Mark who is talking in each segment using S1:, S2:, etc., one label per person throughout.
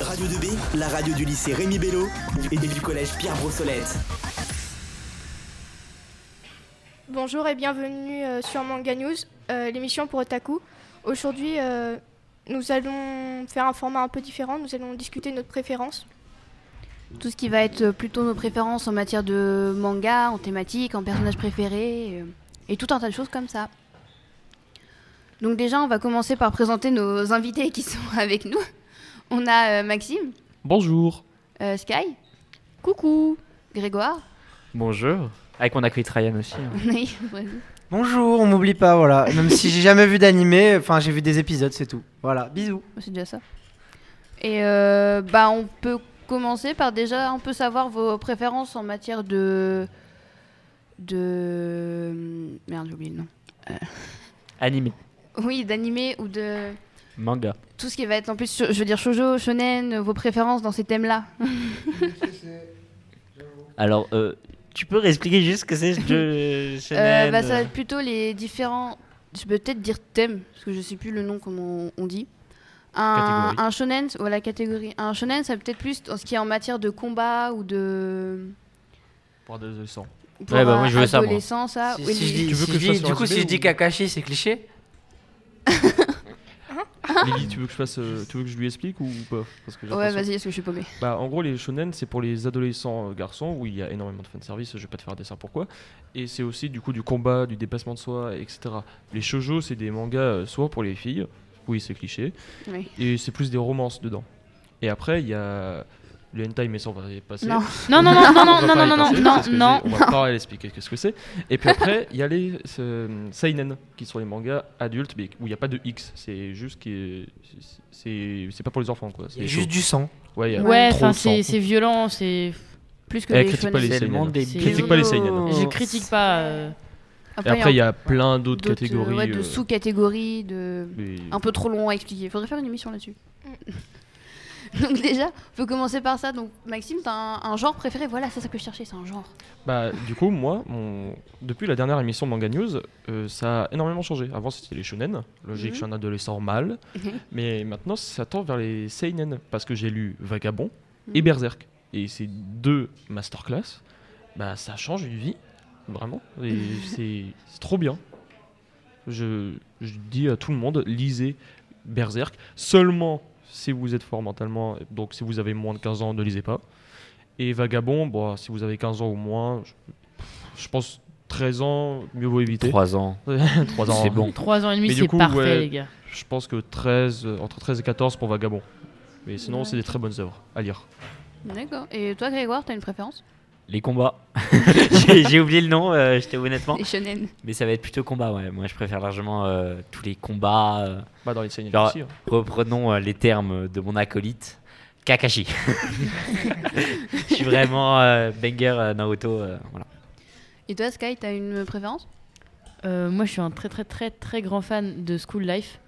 S1: Radio 2B, la radio du lycée Rémi Bello et du collège Pierre Brossolette.
S2: Bonjour et bienvenue euh, sur Manga News, euh, l'émission pour Otaku. Aujourd'hui, euh, nous allons faire un format un peu différent, nous allons discuter de notre préférence.
S3: Tout ce qui va être euh, plutôt nos préférences en matière de manga, en thématique, en personnage préféré, euh, et tout un tas de choses comme ça. Donc déjà, on va commencer par présenter nos invités qui sont avec nous. On a euh, Maxime,
S4: Bonjour.
S3: euh, Sky, coucou, Grégoire,
S4: Bonjour. Avec mon acolyte Ryan aussi. hein.
S3: Oui, vas-y.
S5: Bonjour, on m'oublie pas, voilà. Même si j'ai jamais vu d'animé, enfin j'ai vu des épisodes, c'est tout. Voilà, bisous.
S3: c'est déjà ça. Et euh, bah, on peut commencer par déjà, on peut savoir vos préférences en matière de... de... Merde, j'ai oublié le nom.
S4: Animé.
S3: Oui, d'animé ou de...
S4: Manga.
S3: tout ce qui va être en plus, sho- je veux dire shoujo, shonen, euh, vos préférences dans ces thèmes-là. Euh,
S6: Alors, euh, tu peux réexpliquer juste ce que c'est ce
S3: Euh,
S6: shonen
S3: bah, ça va être plutôt les différents. Je peux peut-être dire thèmes parce que je sais plus le nom comment on dit. Un,
S4: Catégorie.
S3: un shonen, voilà catégorie. Un shonen, ça va peut-être plus en ce qui est en matière de combat ou de
S4: Pour de sang.
S3: pour
S6: Ouais, bah, moi,
S3: un
S6: je veux ça, moi.
S3: adolescent, ça.
S5: Si,
S3: Ah, Oui,
S5: si je dis,
S4: Tu veux
S5: si je
S4: que
S5: dis-
S4: je fasse
S5: du
S4: un
S5: coup, si
S4: résumé
S5: je dis
S4: ou-
S5: Kakashi, c'est cliché
S4: Lily, tu veux que je fasse, euh, tu veux que je lui explique ou pas Parce que j'ai
S3: Ouais,
S4: l'impression-
S3: vas-y, parce que je suis paumée.
S4: Bah, en gros, les shonen, c'est pour les adolescents euh, garçons où il y a énormément de fanservice, je vais pas te faire un dessin pourquoi. Et c'est aussi du coup du combat, du dépassement de soi, etc. Les shoujo, c'est des mangas euh, soit pour les filles, oui, c'est cliché,
S3: Oui.
S4: et c'est plus des romances dedans. Et après, il y a le hentai, mais ça, on va y passer.
S3: Non.
S7: Non, non, non, non, non,
S4: Ah, On va
S7: non,
S4: pas y
S7: non, non,
S4: passer,
S7: non,
S4: parce que
S7: non,
S4: j'ai- On va pas l'expliquer qu'est-ce que c'est. Et puis après, il y a les euh, seinen qui sont les mangas adultes, mais où il n'y a pas de X. C'est juste qui c'est- c'est c'est pas pour les enfants quoi.
S5: Il y
S4: C'est
S5: a juste
S4: chaud.
S5: du sang.
S4: Ouais, il y a
S7: Ouais,
S4: trop de
S7: enfin,
S4: sang.
S7: c'est c'est violent, c'est.
S3: Plus que
S4: Eh,
S3: les
S4: critique
S3: shonen.
S4: pas les
S6: C'est le
S4: seinen.
S6: monde des
S7: C'est-
S4: Critique pas les seinen.
S5: Oh.
S7: Je critique pas. euh,
S4: Et après, il y a plein d'autres
S3: d'autres, euh,
S4: catégories.
S3: ouais, de
S4: euh,
S3: sous-catégories, de
S4: mais-
S7: Mm.
S3: un peu trop long à expliquer. Faudrait faire une émission là-dessus.
S7: Mm.
S3: donc déjà, faut commencer par ça. Donc Maxime, t'as un, un genre préféré Voilà, c'est ça que je cherchais, c'est un genre.
S4: Bah, du coup, moi, mon- depuis la dernière émission de Manga News, euh, ça a énormément changé. Avant, c'était les shonen. Logique,
S3: Mhm.
S4: je suis un adolescent mâle.
S3: Mhm.
S4: mais maintenant, ça tend vers les seinen. Parce que j'ai lu Vagabond
S3: Mhm.
S4: et Berserk. Et ces deux masterclass, bah, ça change une vie. Vraiment. Et c'est c'est trop bien. Je, je dis à tout le monde, lisez Berserk. Seulement si vous êtes fort mentalement. Donc, si vous avez moins de 15 ans, ne lisez pas. Et Vagabond, bon, si vous avez 15 ans ou moins, je, je pense 13 ans, mieux vaut éviter.
S6: 3 ans,
S4: 3 ans.
S6: c'est bon.
S7: Trois ans et demi,
S4: Mais du
S7: c'est
S4: coup,
S7: parfait,
S4: ouais.
S7: les gars.
S4: Je pense que 13, euh, entre 13 et 14 pour Vagabond. Mais sinon, c'est des très bonnes œuvres à lire.
S3: D'accord. Et toi, Grégoire, t'as une préférence
S6: Les combats. J'ai j'ai oublié le nom, euh, je t'avoue
S7: Oh.
S6: honnêtement.
S3: Les shonen.
S6: Mais ça va être plutôt combat, ouais. Moi, je préfère largement euh, tous les combats. euh,
S4: Bah, dans les seinen
S6: Genre-
S4: aussi. hein.
S6: reprenons euh, les termes de mon acolyte, Kakashi. je suis vraiment euh, banger euh, Naruto. euh, voilà.
S3: Et toi, Sky, t'as une préférence
S7: Euh, moi, je suis un très, très, très, très grand fan de School Life.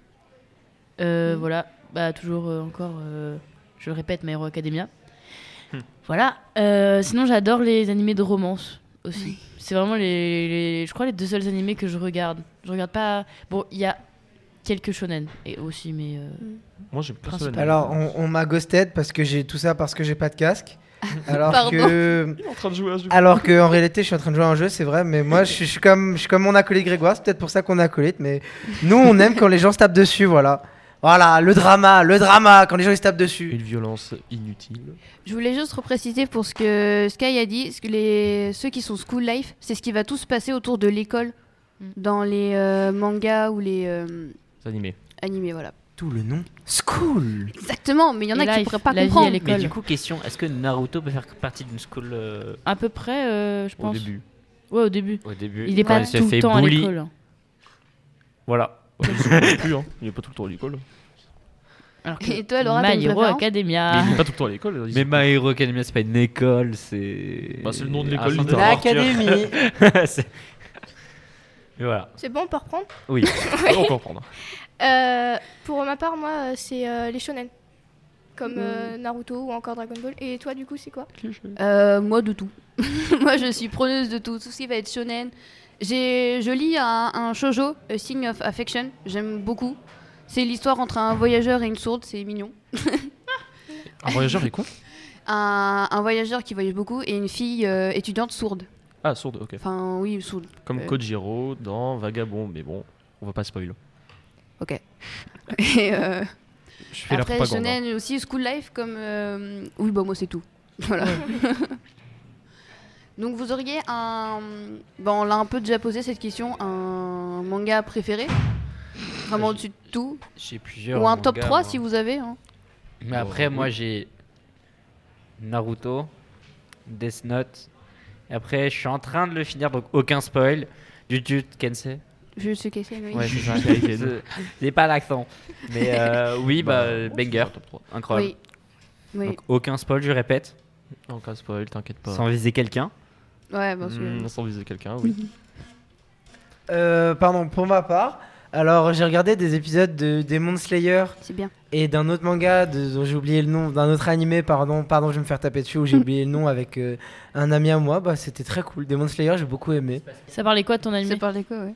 S7: Euh,
S3: Mhm.
S7: Voilà, bah, toujours euh, encore, euh, je le répète, My Hero Academia.
S4: Hmm.
S7: Voilà. Euh, sinon, j'adore les animés de romance aussi. C'est vraiment les, les- je crois, les deux seuls animés que je regarde. Je regarde pas. Bon, il y a quelques shonen et aussi, mais euh,
S4: Moi, j'aime pas
S7: Principal.
S4: ça.
S5: Alors, on, on m'a ghosted parce que j'ai tout ça parce que j'ai pas de casque. Alors
S3: Pardon.
S5: que,
S4: Il est en train de jouer à ce jeu.
S5: alors que en réalité, je suis en train de jouer à un jeu, c'est vrai. Mais moi, je, suis- je suis comme, je suis comme mon acolyte Grégoire. C'est peut-être pour ça qu'on est acolyte. Mais nous, on aime quand les gens se tapent dessus, voilà. Voilà, le drama, le drama quand les gens ils se tapent dessus.
S4: Une violence inutile.
S3: Je voulais juste repréciser pour ce que Sky a dit, ce que les ceux qui sont school life, c'est ce qui va tout se passer autour de l'école
S7: Mm.
S3: dans les euh, mangas ou les euh,
S4: C'est animé.
S3: animés, voilà.
S5: Tout le nom. School.
S3: Exactement, mais il y en
S7: Et
S3: a qui
S7: life,
S3: pourraient pas
S7: la vie à
S3: comprendre.
S7: l'école.
S6: Mais du coup, question est-ce que Naruto peut faire partie d'une school euh,
S7: à peu près, euh, je
S4: Au
S7: pense.
S4: début.
S7: Ouais, au début.
S6: au début
S7: Il est
S6: quand
S7: pas
S6: il se
S7: tout
S6: fait
S7: le temps
S6: bully
S7: à l'école. hein.
S6: Voilà.
S4: Ouais, il se plus, hein. Il est pas tout le temps à l'école.
S7: Alors que
S3: Et toi, Laura, t'as une
S7: My Hero
S3: préférence
S7: Academia.
S4: Mais il est pas tout le temps à l'école. il-
S6: Mais My Hero Academia, c'est pas une école, c'est.
S4: Bah, c'est le nom de
S6: un
S4: l'école,
S6: centre
S4: littéralement.
S6: d'arture.
S5: L'académie.
S6: C'est- Mais voilà.
S2: C'est bon, on peut reprendre
S6: Oui.
S4: Ah, on peut en prendre.
S2: Euh, Pour ma part, moi, euh, c'est euh, les shonen, comme
S3: Mm.
S2: euh, Naruto ou encore Dragon Ball. Et toi, du coup, c'est quoi
S3: Euh, moi, de tout. moi, je suis preneuse de tout. Tout ce qui va être shonen. J'ai, je lis un, un shoujo, A Sign of Affection. J'aime beaucoup. C'est l'histoire entre un voyageur et une sourde. C'est mignon.
S4: Un voyageur est quoi
S3: Un, un voyageur qui voyage beaucoup et une fille euh, étudiante sourde.
S4: Ah, sourde, ok.
S3: Enfin, oui, sourde.
S4: Comme
S3: euh.
S4: Code Giro dans Vagabond, mais bon, on va pas spoil.
S3: Et, euh,
S4: Je fais la
S3: après,
S4: propagande. hein.
S3: Shonen aussi School Life comme. euh, Oui, bah moi c'est tout. Voilà. Donc vous auriez un. Bon, on l'a un peu déjà posé cette question, un manga préféré Vraiment
S6: Vas-y.
S4: Bah,
S3: au-dessus de tout
S6: J'ai plusieurs.
S3: Ou un top
S6: mangas,
S3: 3
S6: moi.
S3: si vous avez hein.
S6: Mais après, moi, j'ai Naruto, Death Note. Et après, je suis en train de le finir, donc aucun spoil. Jujutsu Kaisen.
S3: Je sais qu'est-ce que oui.
S6: Ouais, c'est ça.
S4: Kaisen.
S6: Je- J'ai pas l'accent. Mais euh, oui, bah, euh, banger. Incroyable.
S3: Oui. Oui.
S6: Donc, aucun spoil, je répète.
S4: Non, pas spoil, t'inquiète pas.
S6: Sans viser quelqu'un.
S3: Ouais, bah, celui-là.
S4: Mm, sans viser quelqu'un, oui.
S5: Euh, pardon, pour ma part, alors j'ai regardé des épisodes de Demon Slayer
S3: c'est bien.
S5: et d'un autre manga de- dont j'ai oublié le nom, d'un autre animé, pardon, pardon, je vais me faire taper dessus où j'ai oublié le nom avec euh, un ami à moi. Bah, c'était très cool. Demon Slayer, j'ai beaucoup aimé.
S7: Ça parlait quoi de ton
S3: Ça
S7: animé
S3: parle de quoi, ouais.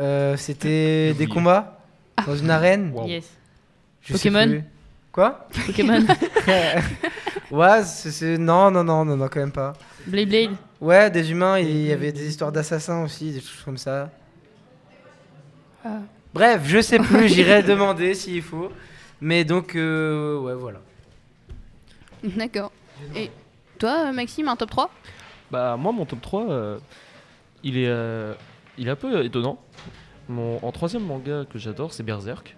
S5: Euh, c'était
S4: J'ai
S5: des
S4: oublié.
S5: combats dans une arène.
S4: Wow.
S7: Yes.
S5: Je sais
S7: Pokémon.
S5: plus. Quoi
S7: Pokémon,
S5: Ouais, c'est- c'est- non, non, non, non, non, quand même pas.
S7: Blade Blade.
S5: Ouais, des humains, il y avait des histoires d'assassins aussi, des choses comme ça.
S3: Ah.
S5: Bref, je sais plus, j'irai demander s'il faut. Mais donc, euh, ouais, voilà.
S3: D'accord. Et toi, euh, Maxime, un top 3
S4: Bah, moi, mon top 3, euh, il, est, euh, il est un peu étonnant. Mon, en troisième manga que j'adore, c'est Berserk.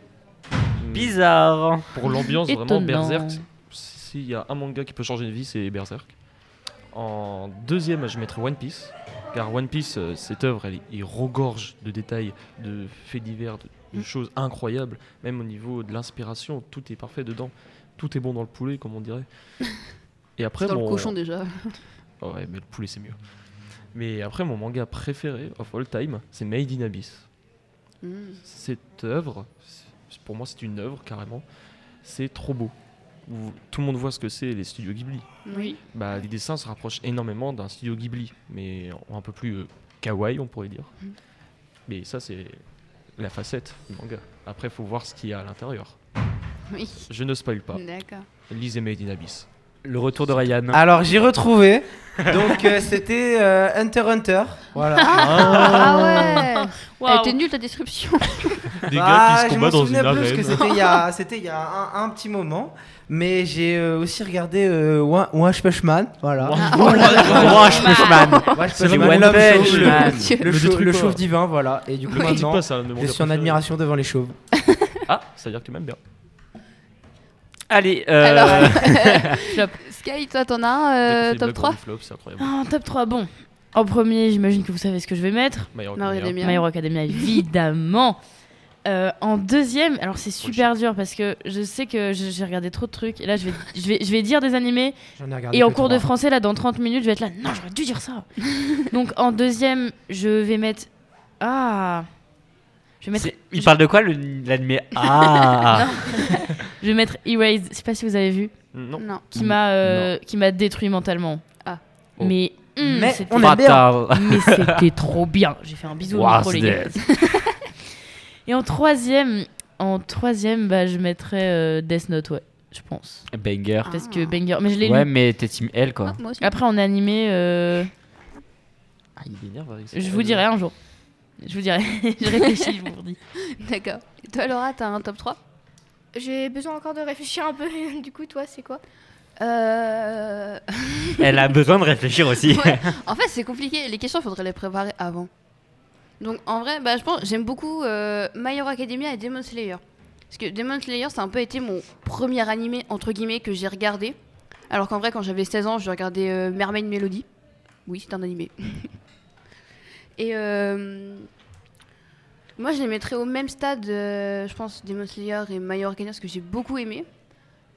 S4: Mm,
S6: Bizarre.
S4: Pour l'ambiance, vraiment,
S7: Étonnant.
S4: Berserk, c'est- s'il y a un manga qui peut changer une vie, c'est Berserk. En deuxième, je mettrais One Piece. Car One Piece, euh, cette œuvre, elle, il regorge de détails, de faits divers, de, de
S3: Mm.
S4: choses incroyables. Même au niveau de l'inspiration, tout est parfait dedans. Tout est bon dans le poulet, comme on dirait. Et après,
S3: C'est dans
S4: mon-
S3: le cochon déjà.
S4: Ouais, mais le poulet c'est mieux. Mais après, mon manga préféré of all time, c'est Made in Abyss.
S3: Mm.
S4: Cette œuvre, c'est- pour moi, c'est une œuvre carrément. C'est trop beau. Vous- Tout le monde voit ce que c'est les studios Ghibli.
S3: Oui.
S4: Bah, les dessins se rapprochent énormément d'un studio Ghibli, mais en- un peu plus euh, kawaii, on pourrait dire.
S3: Mhm.
S4: Mais ça, c'est la facette du manga. Après, faut voir ce qu'il y a à l'intérieur.
S3: Oui.
S4: Je ne spoil pas.
S3: D'accord.
S4: Lisez Made in Abyss.
S6: Le retour de Ryan.
S5: Alors, j'ai retrouvé. Donc, euh, c'était euh, Hunter x Hunter. Voilà.
S3: Ah ouais Elle
S7: Waouh.
S3: était nulle ta description.
S4: Des
S5: Ah, je m'en souvenais plus parce que c'était il y a, c'était il y a un, un petit moment. Mais j'ai euh, aussi regardé euh, One, One Punch Man. Voilà.
S6: Orange Pushman.
S5: One Punch
S6: C'est le
S5: Man,
S6: One
S5: l'homme
S6: Punch
S5: chauve,
S6: Man.
S5: le, le,
S4: Me
S5: chauve-
S4: détruis
S5: le
S4: pas.
S5: chauve divin. Voilà. Et du coup,
S4: Le critique
S5: maintenant,
S4: pas, ça, le
S5: je suis en admiration devant les chauves.
S4: Ah, ça veut dire que tu m'aimes bien.
S6: Allez, euh,
S3: Alors, Sky, toi, t'en as un euh,
S4: Dès qu'on fait des
S3: top
S4: blagues pour
S3: 3
S4: du flop, c'est incroyable.
S7: Ah, top 3, bon. En premier, j'imagine que vous savez ce que je vais mettre.
S4: My Hero
S3: Mario
S4: Academia.
S3: Demi.
S7: My Hero Academia, évidemment. Euh, en deuxième, alors c'est super dur parce que je sais que je- j'ai regardé trop de trucs. Et là, je vais, je vais, je vais dire des animés.
S5: J'en ai regardé
S7: Et en
S5: que
S7: cours de
S5: Ah, trois.
S7: français, là, dans 30 minutes, je vais être là. Non, j'aurais dû dire ça. Donc en deuxième, je vais mettre. Ah. Je vais mettre,
S6: c'est- il parle de quoi le- l'animé Ah
S7: je vais mettre Erased. Je sais pas si vous avez vu.
S4: Non.
S3: Non.
S7: Qui m'a euh, qui m'a détruit mentalement.
S3: Ah.
S4: Oh.
S7: Mais. hum,
S5: Mais
S7: c'était-
S5: On aime bien.
S6: Fatal.
S7: Mais c'était trop bien. J'ai fait un bisou au
S6: Wow,
S7: micro, les gars.
S6: c'était-
S7: Et en troisième, en troisième bah, je mettrais euh, Death Note, ouais, je pense.
S6: Banger.
S7: Parce
S3: Ah.
S7: que Banger. Mais je l'ai
S6: Ouais,
S7: lu.
S6: mais t'es team L quoi.
S3: Moi aussi.
S7: Après, en animé, euh,
S4: il m'énerve avec ça.
S7: je vous dirai un jour. Je vous dirai. je réfléchis, je vous redis.
S3: D'accord. Et toi, Laura, t'as un top 3
S2: J'ai besoin encore de réfléchir un peu. du coup, toi, c'est quoi
S3: Euh.
S6: Elle a besoin de réfléchir aussi.
S3: Ouais. En fait, c'est compliqué. Les questions, faudrait les préparer avant. Donc, en vrai, bah, je pense, j'aime beaucoup euh, My Hero Academia et Demon Slayer. Parce que Demon Slayer, ça a un peu été mon premier animé, entre guillemets, que j'ai regardé. Alors qu'en vrai, quand j'avais 16 ans, je regardais euh, Mermaid Melody. Oui, c'est un animé. et euh, moi, je les mettrais au même stade, euh, je pense, Demon Slayer et My Hero Academia, parce que j'ai beaucoup aimé.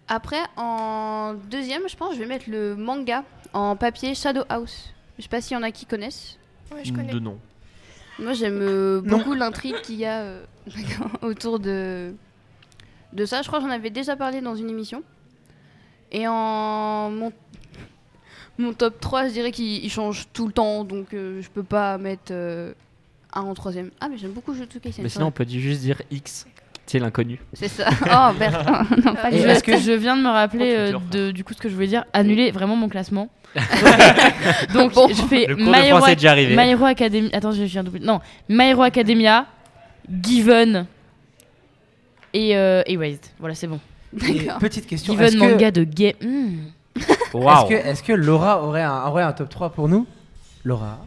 S3: Après, en deuxième, je pense, je vais mettre le manga en papier Shadow House. Je sais pas s'il y en a qui connaissent.
S2: Ouais, je connais.
S4: De nom.
S3: Moi, j'aime euh,
S5: Non.
S3: beaucoup l'intrigue qu'il y a euh, autour de, de ça. Je crois que j'en avais déjà parlé dans une émission. Et en mon, mon top 3, je dirais qu'il il change tout le temps, donc euh, je peux pas mettre euh, un en troisième. Ah, mais j'aime beaucoup Jujutsu Kaisen.
S6: Mais sinon, on peut juste dire X. C'est l'inconnu.
S3: C'est ça. Oh, Bertin. non, pas
S7: Je-
S3: lui.
S5: est-ce que-
S7: je viens de me rappeler
S4: Oh, tu
S7: euh,
S4: te
S7: de- du coup ce que je voulais dire, annuler vraiment mon classement. Donc
S3: Bon.
S7: je fais
S6: Le cours
S7: My
S6: de
S7: Hero
S6: français est
S7: Ac-
S6: déjà arrivé.
S7: My Hero Academia. Attends, je viens d'oublier. Non, My Hero Academia, Given et euh, Erased. Voilà, c'est bon.
S3: D'accord.
S5: Petite question.
S7: Given
S5: Est-ce que,
S7: manga de gay. Hmm.
S5: est-ce
S6: Waouh.
S5: que, est-ce que Laura aurait un, aurait un top 3 pour nous Laura.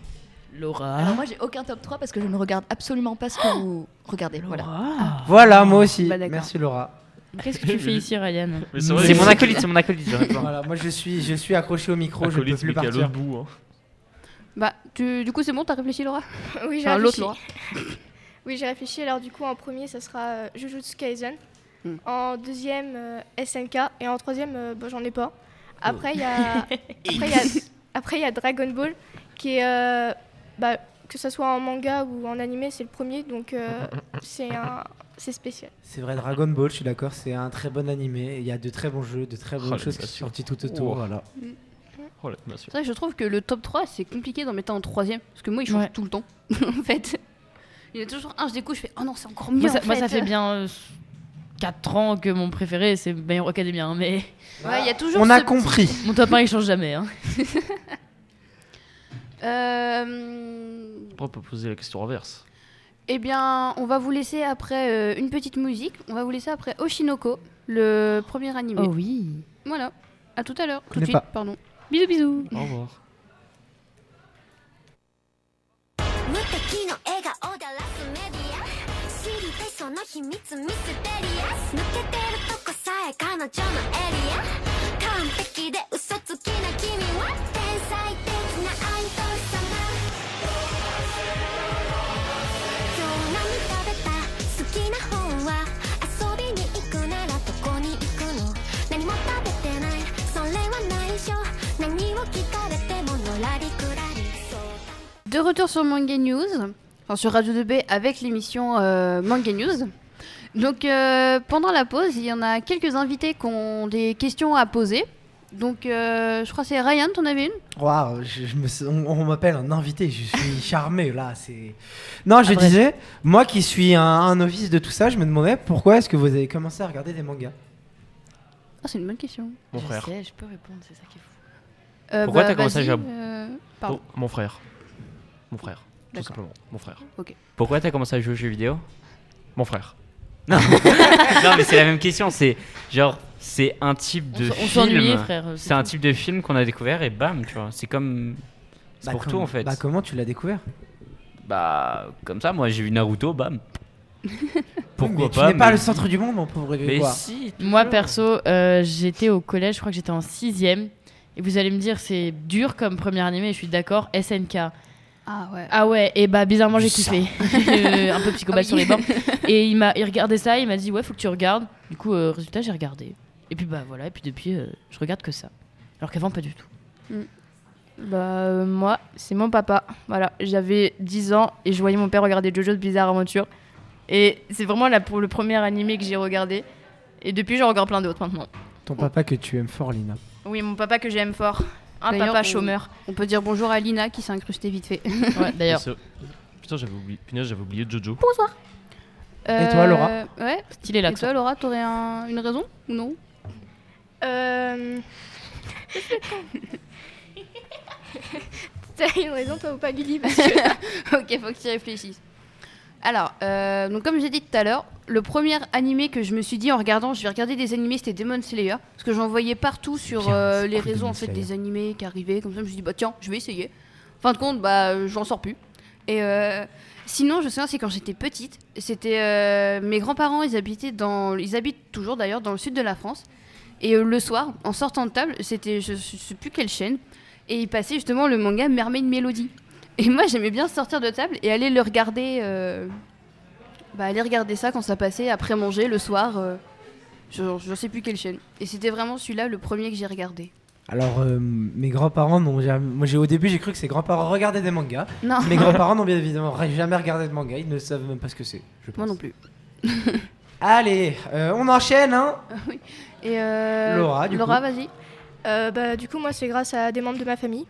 S7: Laura.
S8: Alors moi, j'ai aucun top 3 parce que je ne regarde absolument pas ce que vous regardez. Voilà.
S7: Laura.
S5: Voilà, moi aussi.
S3: bah d'accord.
S5: Merci Laura.
S7: Ah, Qu'est-ce que tu fais ici, Ryan
S4: Mais
S5: C'est
S6: C'est
S4: que
S6: mon acolyte, c'est mon acolyte. j'aurais pas.
S5: Voilà, moi je suis, je suis accroché au micro, je
S4: acolyte
S5: peux plus
S4: mais qui est à
S5: partir.
S4: l'autre bout. hein.
S3: Bah, tu- du coup, c'est bon, t'as réfléchi, Laura
S2: Oui, j'ai
S3: Enfin,
S2: réfléchi.
S3: l'autre, Laura.
S2: Oui, j'ai réfléchi. Alors du coup, en premier, ça sera euh, Jujutsu Kaisen.
S3: Hmm.
S2: En deuxième, euh, SNK. Et en troisième, euh, bon, j'en ai pas. Après, il y a... après, il y a- après, il y a Dragon Ball, qui est... euh, bah, que ça soit en manga ou en animé, c'est le premier, donc euh, c'est un... c'est spécial.
S5: C'est vrai, Dragon Ball, je suis d'accord, c'est un très bon animé. Il y a de très bons jeux, de très bonnes
S4: Oh,
S5: choses
S4: bien
S5: qui sont
S4: sûr.
S5: sorties tout autour.
S4: Oh.
S5: Voilà.
S4: Oh là, bien sûr.
S3: C'est vrai que je trouve que le top 3, c'est compliqué d'en mettre un en troisième. Parce que moi, il change
S7: Ouais.
S3: tout le temps, en fait. Il y a toujours un, je découvre, je fais Oh non, c'est encore mieux.
S7: moi ça,
S3: en
S7: moi, ça
S3: fait
S7: fait euh, bien 4 ans que mon préféré c'est My Hero Academia, hein, mais
S3: Ouais, il y a toujours
S5: On a
S3: ce-
S5: compris.
S7: mon top 1 il change jamais. hein.
S3: Euh,
S4: Pourquoi pas poser la question inverse
S3: Eh bien, on va vous laisser après euh, une petite musique. On va vous laisser après Oshinoko, le premier animé.
S7: Oh oui.
S3: Voilà. À tout à l'heure. Tout
S5: connais
S3: de suite,
S5: pas.
S3: pardon. Bisous, bisous.
S4: Au revoir.
S9: 無敵の笑顔だらすメディア知りたいその秘密ミステリアス抜けてるとこさえ彼女のエリア完璧で嘘つきな君は天才的なアイドル様今日何食べた好きな本は遊びに行くならどこに行くの何も食べてないそれは内緒何を聞かれてものらりくらりそう
S3: De retour sur Manga News, enfin sur Radio 2B avec l'émission euh, Manga News. Donc euh, pendant la pause, il y en a quelques invités qui ont des questions à poser. Donc euh, je crois que c'est Ryan, t'en avais une
S5: Waouh, je- je me suis- on, on m'appelle un invité, je suis charmé là. C'est non, je
S7: Ah, bref.
S5: disais, moi qui suis un, un novice de tout ça, je me demandais pourquoi est-ce que vous avez commencé à regarder des mangas.
S3: Ah, c'est une bonne question.
S4: Mon frère.
S7: Je sais, je peux répondre, c'est ça qui est fou.
S3: Euh,
S6: Pourquoi
S3: bah,
S6: t'as commencé à
S3: vas-y,
S6: jouer à-
S3: euh, Pardon.
S4: Oh, mon frère. Mon frère. Tout
S3: D'accord.
S4: simplement. Mon frère.
S6: Pourquoi t'as commencé à jouer aux jeux vidéo
S4: Mon frère.
S6: Non, mais c'est la même question. C'est genre, c'est un type
S7: On
S6: de
S7: s- On s'ennuyait,
S6: film.
S7: frère. euh,
S6: C'est un type de film qu'on a découvert et bam, tu vois. C'est comme. C'est
S5: Bah,
S6: pour
S5: com-
S6: tout en fait.
S5: Bah comment tu l'as découvert
S6: Bah, comme ça, moi j'ai vu Naruto, bam.
S5: Oui,
S6: Pourquoi
S5: mais
S6: pas
S5: Tu n'es pas
S6: mais-
S5: le centre du monde, mon pauvre
S6: Mais
S5: Grégoire.
S6: si.
S7: Moi perso, euh, j'étais au collège, je crois que j'étais en 6 Et vous allez me dire, c'est dur comme premier animé, je suis d'accord. SNK.
S3: Ah ouais.
S7: Ah ouais, et bah bizarrement, j'ai
S5: Du sang.
S7: kiffé. Euh, un peu psychopathe
S3: Ah oui.
S7: sur les bords. Et il m'a il regardait ça, il m'a dit, ouais, faut que tu regardes. Du coup, euh, résultat, j'ai regardé. Et puis bah voilà, et puis depuis, euh, je regarde que ça. Alors qu'avant, pas du tout.
S10: Mm. Bah euh, moi, c'est mon papa. Voilà, j'avais 10 ans et je voyais mon père regarder JoJo's Bizarre Aventure. Et c'est vraiment là pour le premier animé que j'ai regardé. Et depuis, j'en regarde plein d'autres maintenant.
S5: Ton papa que tu aimes fort, Lina.
S10: Oui, mon papa que j'aime fort. Un
S3: D'ailleurs,
S10: papa
S3: on-
S10: chômeur.
S3: On peut dire bonjour à Lina qui s'est incrustée vite fait.
S7: Ouais, d'ailleurs.
S4: Et ce- Putain, j'avais oublié. Punaise, j'avais oublié Jojo.
S3: Euh,
S5: toi, Laura
S3: Ouais.
S7: Stylé
S3: Et
S7: l'accent.
S3: toi, Laura, t'aurais un- une raison ou non
S2: Euh... T'as une raison, toi ou pas, Lily parce que-
S3: Ok, faut que tu réfléchisses. Alors, euh, donc comme j'ai dit tout à l'heure, le premier animé que je me suis dit en regardant, je vais regarder des animés, c'était Demon Slayer, parce que j'en voyais partout sur
S5: Bien,
S3: euh,
S5: c'est
S3: les
S5: cool,
S3: réseaux
S5: Demon
S3: en fait
S5: Slayer.
S3: des animés qui arrivaient, comme ça je me suis dit bah tiens, je vais essayer. Fin de compte, bah euh, j'en sors plus. Et euh, sinon, je me souviens, c'est quand j'étais petite, c'était euh, mes grands-parents, ils habitaient dans, ils habitent toujours d'ailleurs dans le sud de la France. Et euh, le soir, en sortant de table, c'était je, je sais plus quelle chaîne, et ils passaient justement le manga Mermaid Melody. Et moi, j'aimais bien sortir de table et aller le regarder. euh, Bah, aller regarder ça quand ça passait après manger le soir. euh, Je, je sais plus quelle chaîne. Et c'était vraiment celui-là le premier que j'ai regardé.
S5: Alors euh, mes grands-parents n'ont jamais. Moi j'ai au début j'ai cru que ses grands-parents regardaient des mangas.
S3: Non,
S5: Mes grands-parents n'ont bien évidemment jamais regardé de manga, ils ne savent même pas ce que c'est. je
S3: moi
S5: pense.
S3: non plus.
S5: Allez, euh, on enchaîne, hein
S3: Et euh,
S5: Laura, du
S3: Laura,
S5: coup.
S3: vas-y.
S2: Euh, bah, du coup, moi, c'est grâce à des membres de ma famille.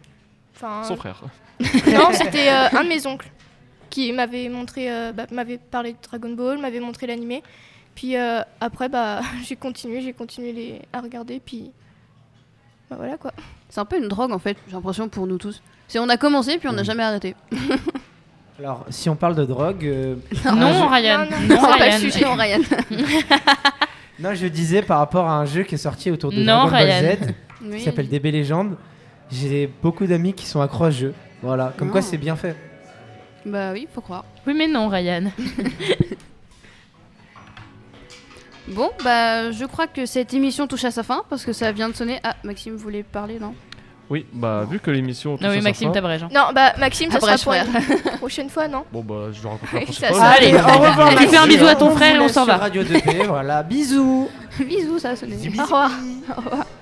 S2: Enfin,
S4: Son frère.
S2: non, c'était euh, un de mes oncles qui m'avait montré, euh, bah, m'avait parlé de Dragon Ball, m'avait montré l'animé. Puis euh, après, bah, j'ai continué, j'ai continué les... à regarder, puis bah, voilà quoi.
S3: C'est un peu une drogue en fait, j'ai l'impression pour nous tous. C'est on a commencé puis on n'a jamais arrêté.
S5: Alors, si on parle de drogue, euh,
S7: Non,
S5: je-
S7: Ryan.
S2: Non, non,
S7: Non,
S3: C'est pas le
S7: Ryan.
S3: sujet, non, Ryan.
S5: non, je disais par rapport à un jeu qui est sorti autour de
S7: Non,
S5: Dragon Ball
S7: Ryan.
S5: Z,
S3: Oui.
S5: qui s'appelle DB Légende. J'ai beaucoup d'amis qui sont accro à ce jeu. Voilà, comme quoi
S3: Non.
S5: c'est bien fait.
S3: Bah oui, faut croire.
S7: Oui, mais non, Ryan.
S3: Bon, bah je crois que cette émission touche à sa fin parce que ça vient de sonner. Ah, Maxime voulait parler, non
S4: Oui, bah vu que l'émission. touche
S7: Non,
S4: à
S7: oui,
S4: sa
S7: Maxime,
S4: fin,
S7: t'abrèges. hein.
S2: Non, bah Maxime, ça
S3: Après,
S2: sera
S3: je
S2: pour une prochaine fois, non
S4: Bon, bah je le raconte la
S2: Oui,
S4: prochaine
S2: ça,
S4: fois.
S2: ça-
S7: Allez,
S5: au revoir.
S7: tu fais un
S5: merci.
S7: bisou à ton
S5: On
S7: frère et
S5: vous
S7: on
S5: laisse
S7: s'en
S5: sur
S7: va.
S5: Radio 2B, voilà, bisous.
S3: Bisous, ça a sonné.
S2: Au revoir.